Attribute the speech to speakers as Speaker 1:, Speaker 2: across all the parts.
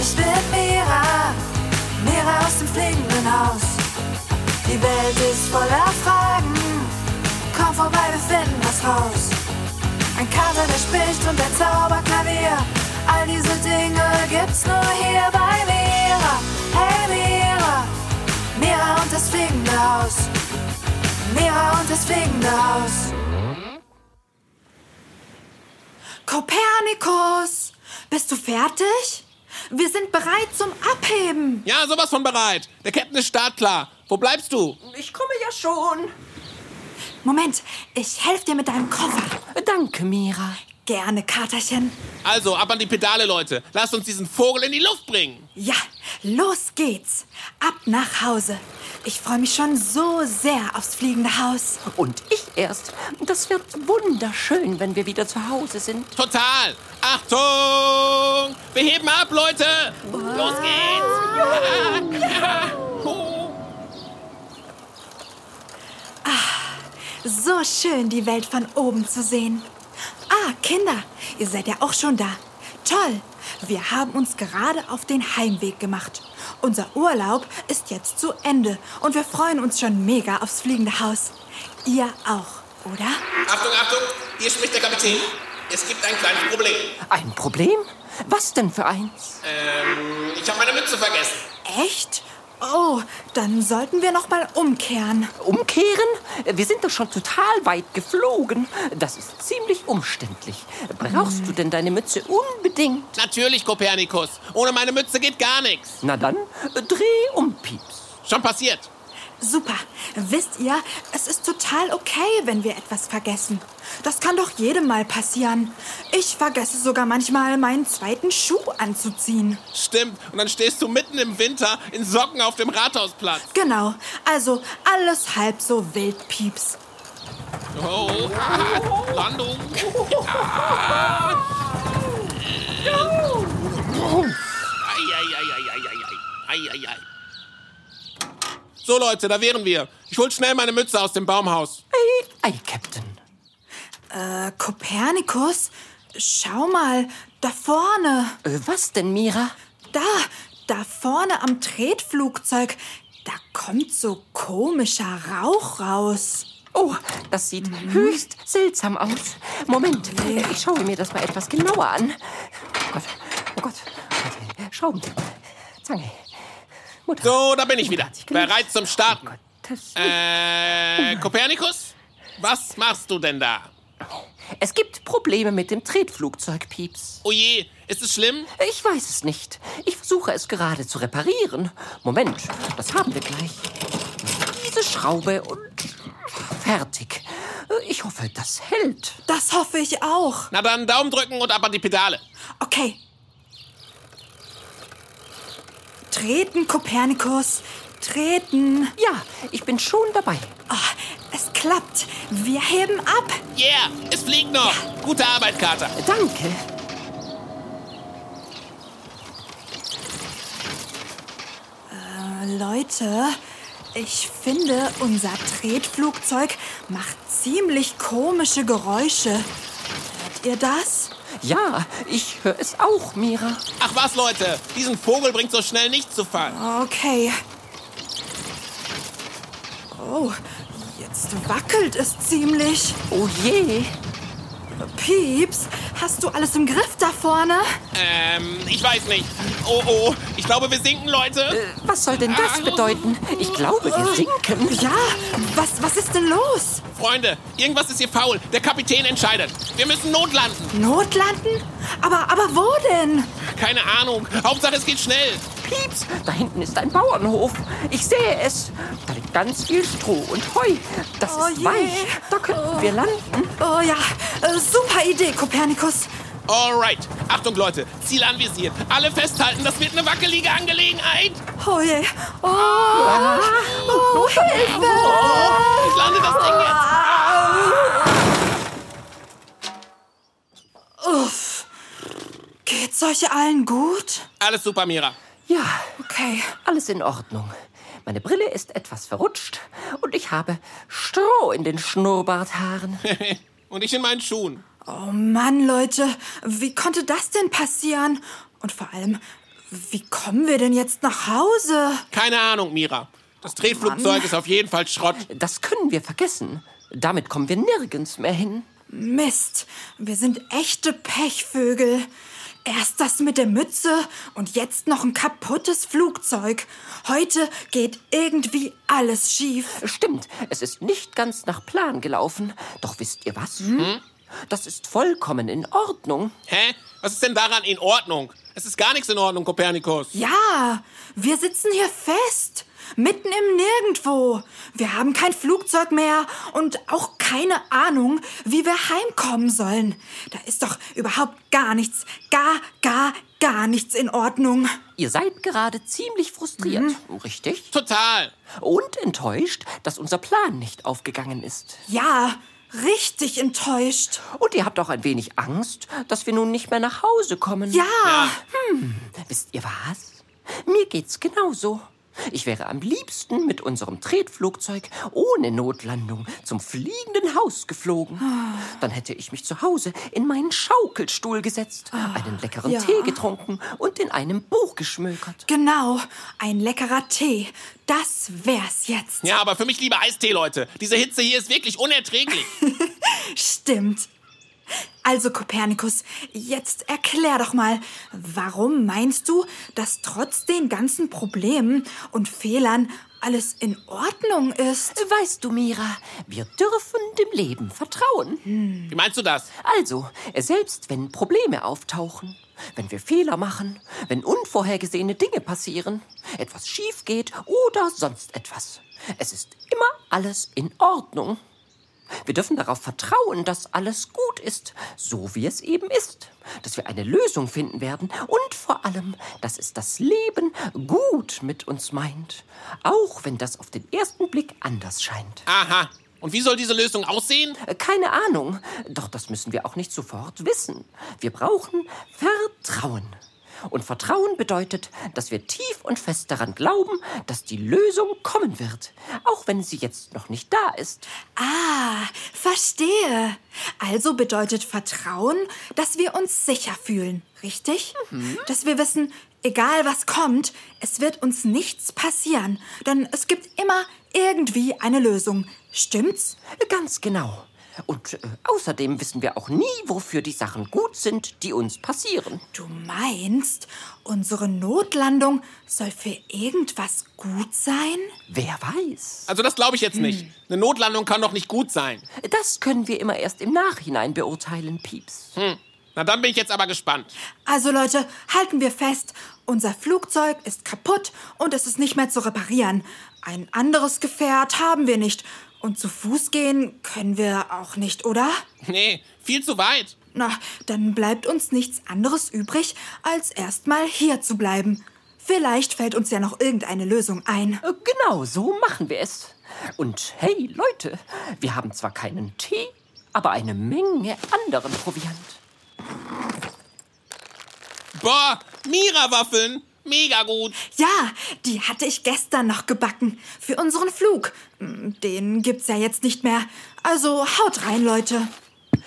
Speaker 1: Ich bin Mira, Mira aus dem fliegenden Haus. Die Welt ist voller Fragen. Komm vorbei, wir finden was raus. Ein Kater, der spricht und ein Zauberklavier. All diese Dinge gibt's nur hier bei Mira. Hey Mira, Mira und das fliegende Haus. Mira und das fliegende Haus. Kopernikus, bist du fertig? Wir sind bereit zum Abheben.
Speaker 2: Ja, sowas von bereit. Der Captain ist startklar. Wo bleibst du?
Speaker 3: Ich komme ja schon.
Speaker 1: Moment, ich helfe dir mit deinem Koffer.
Speaker 3: Danke, Mira.
Speaker 1: Gerne, Katerchen.
Speaker 2: Also, ab an die Pedale, Leute. Lasst uns diesen Vogel in die Luft bringen.
Speaker 1: Ja, los geht's. Ab nach Hause. Ich freue mich schon so sehr aufs fliegende Haus.
Speaker 3: Und ich erst. Das wird wunderschön, wenn wir wieder zu Hause sind.
Speaker 2: Total. Achtung! Wir heben ab, Leute. Los geht's.
Speaker 1: So schön, die Welt von oben zu sehen. Ah, Kinder, ihr seid ja auch schon da. Toll. Wir haben uns gerade auf den Heimweg gemacht. Unser Urlaub ist jetzt zu Ende und wir freuen uns schon mega aufs fliegende Haus. Ihr auch, oder?
Speaker 2: Achtung, Achtung. Hier spricht der Kapitän. Es gibt ein kleines Problem.
Speaker 3: Ein Problem? Was denn für eins?
Speaker 2: Ähm, ich habe meine Mütze vergessen.
Speaker 1: Echt? Oh, dann sollten wir noch mal umkehren.
Speaker 3: Umkehren? Wir sind doch schon total weit geflogen. Das ist ziemlich umständlich. Brauchst du denn deine Mütze unbedingt?
Speaker 2: Natürlich, Kopernikus. Ohne meine Mütze geht gar nichts.
Speaker 3: Na dann, dreh um, Pieps.
Speaker 2: Schon passiert.
Speaker 1: Super. Wisst ihr, es ist total okay, wenn wir etwas vergessen. Das kann doch jedem mal passieren. Ich vergesse sogar manchmal, meinen zweiten Schuh anzuziehen.
Speaker 2: Stimmt. Und dann stehst du mitten im Winter in Socken auf dem Rathausplatz.
Speaker 1: Genau. Also alles halb so wild, Pieps.
Speaker 2: Oh, ah, Landung. Ah. Eieieiei. Eieiei. So, Leute, da wären wir. Ich hol schnell meine Mütze aus dem Baumhaus.
Speaker 3: Ei, ei, Captain.
Speaker 1: Äh, Kopernikus, schau mal, da vorne.
Speaker 3: Äh, was denn, Mira?
Speaker 1: Da, da vorne am Tretflugzeug. Da kommt so komischer Rauch raus.
Speaker 3: Oh, das sieht höchst seltsam aus. Moment, ich schaue mir das mal etwas genauer an. Oh Gott, oh Gott. Schrauben, Zange, Mutter.
Speaker 2: So, da bin Oh ich wieder. Bereit zum Starten.
Speaker 3: Oh Gottes
Speaker 2: Äh, Kopernikus? Was machst du denn da?
Speaker 3: Es gibt Probleme mit dem Tretflugzeug, Pieps.
Speaker 2: Oje, Oh ist es schlimm?
Speaker 3: Ich weiß es nicht. Ich versuche es gerade zu reparieren. Moment, das haben wir gleich. Diese Schraube und fertig. Ich hoffe, das hält.
Speaker 1: Das hoffe ich auch.
Speaker 2: Na dann Daumen drücken und ab an die Pedale.
Speaker 1: Okay. Treten, Kopernikus. Treten.
Speaker 3: Ja, ich bin schon dabei.
Speaker 1: Ah, es klappt. Wir heben ab.
Speaker 2: Yeah, es fliegt noch. Gute Arbeit, Kater.
Speaker 3: Danke.
Speaker 1: Leute, ich finde, unser Tretflugzeug macht ziemlich komische Geräusche. Hört ihr das?
Speaker 3: Ja, ich höre es auch, Mira.
Speaker 2: Ach was, Leute, diesen Vogel bringt so schnell nicht zu Fall.
Speaker 1: Okay. Oh, jetzt wackelt es ziemlich.
Speaker 3: Oh je.
Speaker 1: Pieps, hast du alles im Griff da vorne?
Speaker 2: Ähm, ich weiß nicht. Oh, oh, ich glaube, wir sinken, Leute.
Speaker 3: Was soll denn das bedeuten? Ich glaube, wir sinken.
Speaker 1: Ja, was, was ist denn los?
Speaker 2: Freunde, irgendwas ist hier faul. Der Kapitän entscheidet. Wir müssen notlanden.
Speaker 1: Notlanden? Aber, aber wo denn?
Speaker 2: Keine Ahnung. Hauptsache, es geht schnell.
Speaker 3: Pieps, da hinten ist ein Bauernhof. Ich sehe es. Da liegt ganz viel Stroh und Heu. Das
Speaker 1: Oh
Speaker 3: ist
Speaker 1: je.
Speaker 3: weich. Da könnten wir landen.
Speaker 1: Oh ja, äh, super Idee, Kopernikus.
Speaker 2: Alright. Achtung, Leute. Ziel anvisiert. Alle festhalten. Das wird eine wackelige Angelegenheit.
Speaker 1: Oh je. Oh, oh Hilfe!
Speaker 2: Ich lande das Ding jetzt.
Speaker 1: Uff. Geht's euch allen gut?
Speaker 2: Alles super, Mira.
Speaker 3: Ja,
Speaker 1: Okay.
Speaker 3: alles in Ordnung. Meine Brille ist etwas verrutscht und ich habe Stroh in den Schnurrbarthaaren.
Speaker 2: Und ich in meinen Schuhen.
Speaker 1: Oh Mann, Leute, wie konnte das denn passieren? Und vor allem, Wie kommen wir denn jetzt nach Hause?
Speaker 2: Keine Ahnung, Mira. Das Drehflugzeug ist auf jeden Fall Schrott.
Speaker 3: Das können wir vergessen. Damit kommen wir nirgends mehr hin.
Speaker 1: Mist, wir sind echte Pechvögel. Erst das mit der Mütze und jetzt noch ein kaputtes Flugzeug. Heute geht irgendwie alles schief.
Speaker 3: Stimmt, es ist nicht ganz nach Plan gelaufen. Doch wisst ihr was? Das ist vollkommen in Ordnung.
Speaker 2: Hä? Was ist denn daran in Ordnung? Es ist gar nichts in Ordnung, Kopernikus.
Speaker 1: Ja, wir sitzen hier fest, mitten im Nirgendwo. Wir haben kein Flugzeug mehr und auch keine Ahnung, wie wir heimkommen sollen. Da ist doch überhaupt gar nichts, gar, gar, gar nichts in Ordnung.
Speaker 3: Ihr seid gerade ziemlich frustriert, richtig?
Speaker 2: Total.
Speaker 3: Und enttäuscht, dass unser Plan nicht aufgegangen ist.
Speaker 1: Ja, richtig enttäuscht.
Speaker 3: Und ihr habt auch ein wenig Angst, dass wir nun nicht mehr nach Hause kommen.
Speaker 1: ja.
Speaker 3: Wisst ihr was? Mir geht's genauso. Ich wäre am liebsten mit unserem Tretflugzeug ohne Notlandung zum fliegenden Haus geflogen. Dann hätte ich mich zu Hause in meinen Schaukelstuhl gesetzt, einen leckeren
Speaker 1: ja.
Speaker 3: Tee getrunken und in einem Buch geschmökert.
Speaker 1: Genau, ein leckerer Tee. Das wär's jetzt.
Speaker 2: Ja, aber für mich lieber Eistee, Leute. Diese Hitze hier ist wirklich unerträglich.
Speaker 1: Stimmt. Also, Kopernikus, jetzt erklär doch mal, warum meinst du, dass trotz den ganzen Problemen und Fehlern alles in Ordnung ist?
Speaker 3: Weißt du, Mira, wir dürfen dem Leben vertrauen.
Speaker 2: Wie meinst du das?
Speaker 3: Also, selbst wenn Probleme auftauchen, wenn wir Fehler machen, wenn unvorhergesehene Dinge passieren, etwas schief geht oder sonst etwas. Es ist immer alles in Ordnung. Wir dürfen darauf vertrauen, dass alles gut ist, so wie es eben ist, dass wir eine Lösung finden werden und vor allem, dass es das Leben gut mit uns meint, auch wenn das auf den ersten Blick anders scheint.
Speaker 2: Aha. Und wie soll diese Lösung aussehen?
Speaker 3: Keine Ahnung. Doch das müssen wir auch nicht sofort wissen. Wir brauchen Vertrauen. Und Vertrauen bedeutet, dass wir tief und fest daran glauben, dass die Lösung kommen wird, auch wenn sie jetzt noch nicht da ist.
Speaker 1: Ah, verstehe. Also bedeutet Vertrauen, dass wir uns sicher fühlen, richtig? Dass wir wissen, egal was kommt, es wird uns nichts passieren, denn es gibt immer irgendwie eine Lösung. Stimmt's?
Speaker 3: Ganz genau. Und äh, außerdem wissen wir auch nie, wofür die Sachen gut sind, die uns passieren.
Speaker 1: Du meinst, unsere Notlandung soll für irgendwas gut sein?
Speaker 3: Wer weiß?
Speaker 2: Also das glaube ich jetzt nicht. Eine Notlandung kann doch nicht gut sein.
Speaker 3: Das können wir immer erst im Nachhinein beurteilen, Pieps.
Speaker 2: Hm. Na, dann bin ich jetzt aber gespannt.
Speaker 1: Also Leute, halten wir fest, unser Flugzeug ist kaputt und es ist nicht mehr zu reparieren. Ein anderes Gefährt haben wir nicht. Und zu Fuß gehen können wir auch nicht, oder?
Speaker 2: Nee, viel zu weit.
Speaker 1: Na, dann bleibt uns nichts anderes übrig, als erstmal hier zu bleiben. Vielleicht fällt uns ja noch irgendeine Lösung ein.
Speaker 3: Äh, Genau so machen wir es. Und hey Leute, wir haben zwar keinen Tee, aber eine Menge anderen Proviant.
Speaker 2: Boah, Mira-Waffeln. Mega gut.
Speaker 1: Ja, die hatte ich gestern noch gebacken. Für unseren Flug. Hm, Den gibt's ja jetzt nicht mehr. Also haut rein, Leute.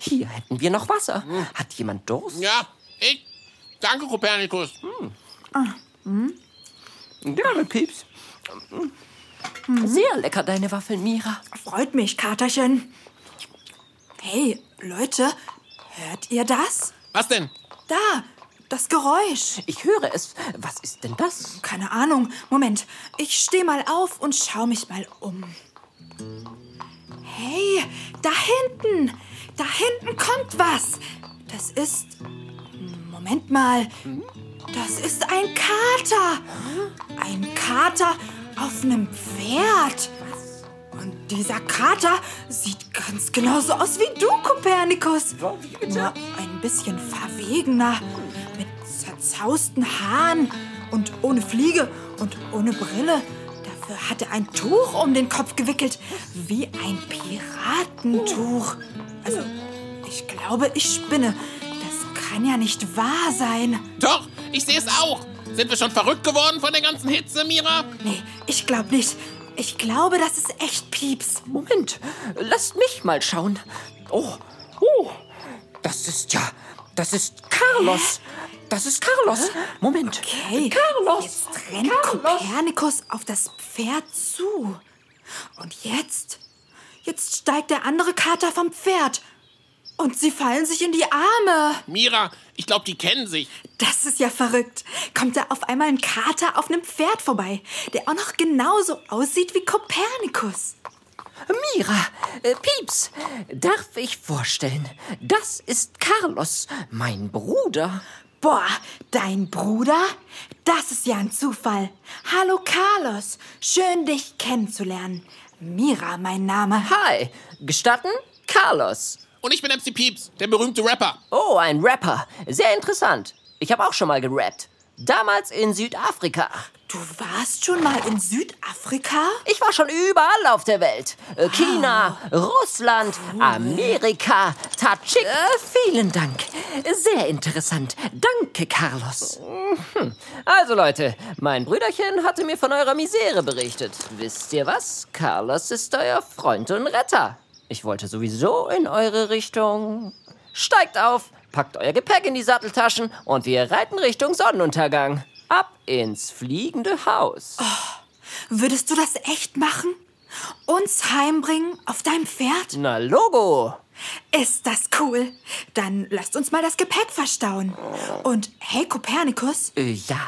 Speaker 3: Hier hätten wir noch Wasser. Hat jemand Durst?
Speaker 2: Ja, ich. Danke, Kopernikus.
Speaker 3: Gerne, Pieps. Sehr lecker, deine Waffeln, Mira.
Speaker 1: Freut mich, Katerchen. Hey, Leute, hört ihr das?
Speaker 2: Was denn?
Speaker 1: Da, das Geräusch.
Speaker 3: Ich höre es. Was ist denn das?
Speaker 1: Keine Ahnung. Moment, ich stehe mal auf und schaue mich mal um. Hey, da hinten. Da hinten kommt was. Das ist. Moment mal. Das ist ein Kater. Ein Kater auf einem Pferd. Und dieser Kater sieht ganz genauso aus wie du, Kopernikus. Nur ein bisschen verwegener, mit zerzausten Haaren und ohne Fliege und ohne Brille. Dafür hat er ein Tuch um den Kopf gewickelt, wie ein Piratentuch. Also, ich glaube, ich spinne. Das kann ja nicht wahr sein.
Speaker 2: Doch, ich sehe es auch. Sind wir schon verrückt geworden von der ganzen Hitze, Mira?
Speaker 1: Nee, ich glaube nicht. Ich glaube, das ist echt Pieps.
Speaker 3: Moment, lasst mich mal schauen. Oh, oh, das ist ja, das ist Carlos. Das ist Carlos. Moment.
Speaker 1: Hey,
Speaker 3: Carlos!
Speaker 1: Jetzt rennt Kopernikus auf das Pferd zu. Und jetzt? Jetzt steigt der andere Kater vom Pferd. Und sie fallen sich in die Arme.
Speaker 2: Mira, ich glaube, die kennen sich.
Speaker 1: Das ist ja verrückt. Kommt da auf einmal ein Kater auf einem Pferd vorbei, der auch noch genauso aussieht wie Kopernikus.
Speaker 3: Mira, äh, Pieps, darf ich vorstellen, das ist Carlos, mein Bruder.
Speaker 1: Boah, dein Bruder? Das ist ja ein Zufall. Hallo Carlos, schön dich kennenzulernen. Mira, mein Name.
Speaker 3: Hi, gestatten? Carlos.
Speaker 2: Und ich bin MC Pieps, der berühmte Rapper.
Speaker 3: Oh, ein Rapper. Sehr interessant. Ich habe auch schon mal gerappt. Damals in Südafrika.
Speaker 1: Du warst schon mal in Südafrika?
Speaker 3: Ich war schon überall auf der Welt. Äh, China, Russland, Amerika, Tadschik. Äh, vielen Dank. Sehr interessant. Danke, Carlos. Hm. Also Leute, mein Brüderchen hatte mir von eurer Misere berichtet. Wisst ihr was? Carlos ist euer Freund und Retter. Ich wollte sowieso in eure Richtung. Steigt auf, packt euer Gepäck in die Satteltaschen und wir reiten Richtung Sonnenuntergang. Ab ins fliegende Haus.
Speaker 1: Würdest du das echt machen? Uns heimbringen auf deinem Pferd?
Speaker 3: Na, Logo.
Speaker 1: Ist das cool. Dann lasst uns mal das Gepäck verstauen. Und hey, Kopernikus,
Speaker 3: Äh, ja.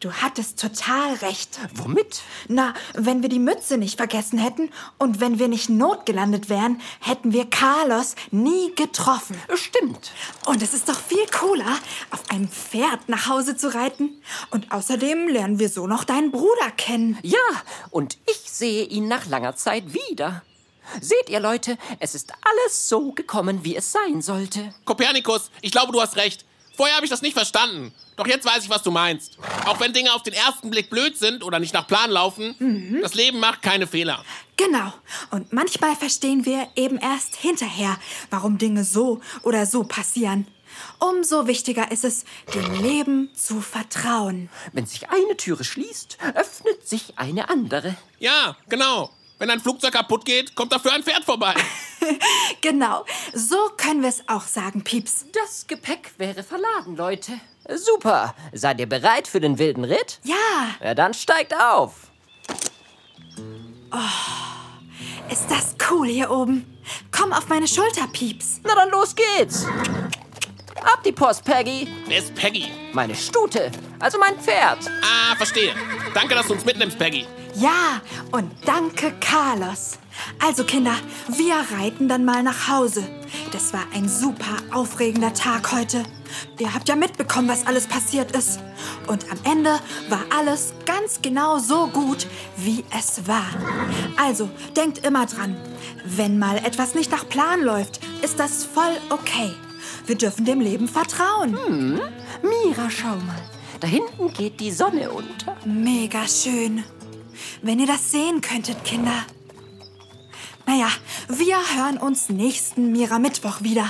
Speaker 1: du hattest total recht.
Speaker 3: Womit?
Speaker 1: Na, wenn wir die Mütze nicht vergessen hätten und wenn wir nicht notgelandet wären, hätten wir Carlos nie getroffen.
Speaker 3: Stimmt.
Speaker 1: Und es ist doch viel cooler, auf einem Pferd nach Hause zu reiten. Und außerdem lernen wir so noch deinen Bruder kennen.
Speaker 3: Ja, und ich sehe ihn nach langer Zeit wieder. Seht ihr, Leute, es ist alles so gekommen, wie es sein sollte.
Speaker 2: Kopernikus, ich glaube, du hast recht. Vorher habe ich das nicht verstanden. Doch jetzt weiß ich, was du meinst. Auch wenn Dinge auf den ersten Blick blöd sind oder nicht nach Plan laufen, das Leben macht keine Fehler.
Speaker 1: Genau. Und manchmal verstehen wir eben erst hinterher, warum Dinge so oder so passieren. Umso wichtiger ist es, dem Leben zu vertrauen.
Speaker 3: Wenn sich eine Türe schließt, öffnet sich eine andere.
Speaker 2: Ja, genau. Wenn ein Flugzeug kaputt geht, kommt dafür ein Pferd vorbei.
Speaker 1: Genau, so können wir es auch sagen, Pieps.
Speaker 3: Das Gepäck wäre verladen, Leute. Super. Seid ihr bereit für den wilden Ritt?
Speaker 1: Ja,
Speaker 3: Ja, dann steigt auf.
Speaker 1: ist das cool hier oben. Komm auf meine Schulter, Pieps.
Speaker 3: Na dann los geht's. Ab die Post, Peggy.
Speaker 2: Wer ist Peggy?
Speaker 3: Meine Stute, also mein Pferd.
Speaker 2: Ah, verstehe. Danke, dass du uns mitnimmst, Peggy.
Speaker 1: Ja, und danke, Carlos. Also, Kinder, wir reiten dann mal nach Hause. Das war ein super aufregender Tag heute. Ihr habt ja mitbekommen, was alles passiert ist. Und am Ende war alles ganz genau so gut, wie es war. Also, denkt immer dran, wenn mal etwas nicht nach Plan läuft, ist das voll okay. Wir dürfen dem Leben vertrauen.
Speaker 3: Mira, schau mal. Da hinten geht die Sonne unter.
Speaker 1: Mega schön. Wenn ihr das sehen könntet, Kinder. Naja, wir hören uns nächsten Mira Mittwoch wieder.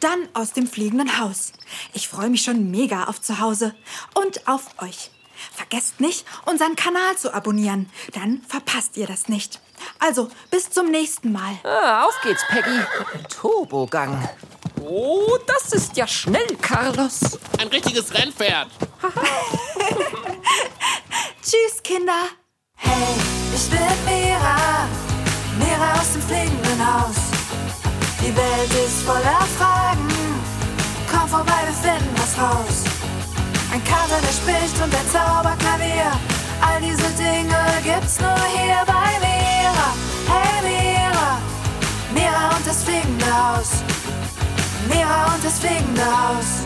Speaker 1: Dann aus dem fliegenden Haus. Ich freue mich schon mega auf zu Hause und auf euch. Vergesst nicht, unseren Kanal zu abonnieren. Dann verpasst ihr das nicht. Also, bis zum nächsten Mal.
Speaker 3: Ah, auf geht's, Peggy. Turbogang. Oh, das ist ja schnell, Carlos.
Speaker 2: Ein richtiges Rennpferd.
Speaker 1: Tschüss, Kinder.
Speaker 4: Hey, ich bin Mira, Mira aus dem fliegenden Haus. Die Welt ist voller Fragen, komm vorbei, wir finden was raus. Ein Kater, der spricht und ein Zauberklavier, all diese Dinge gibt's nur hier bei Mira. Hey Mira, Mira und das fliegende Haus. Mira und das fliegende Haus.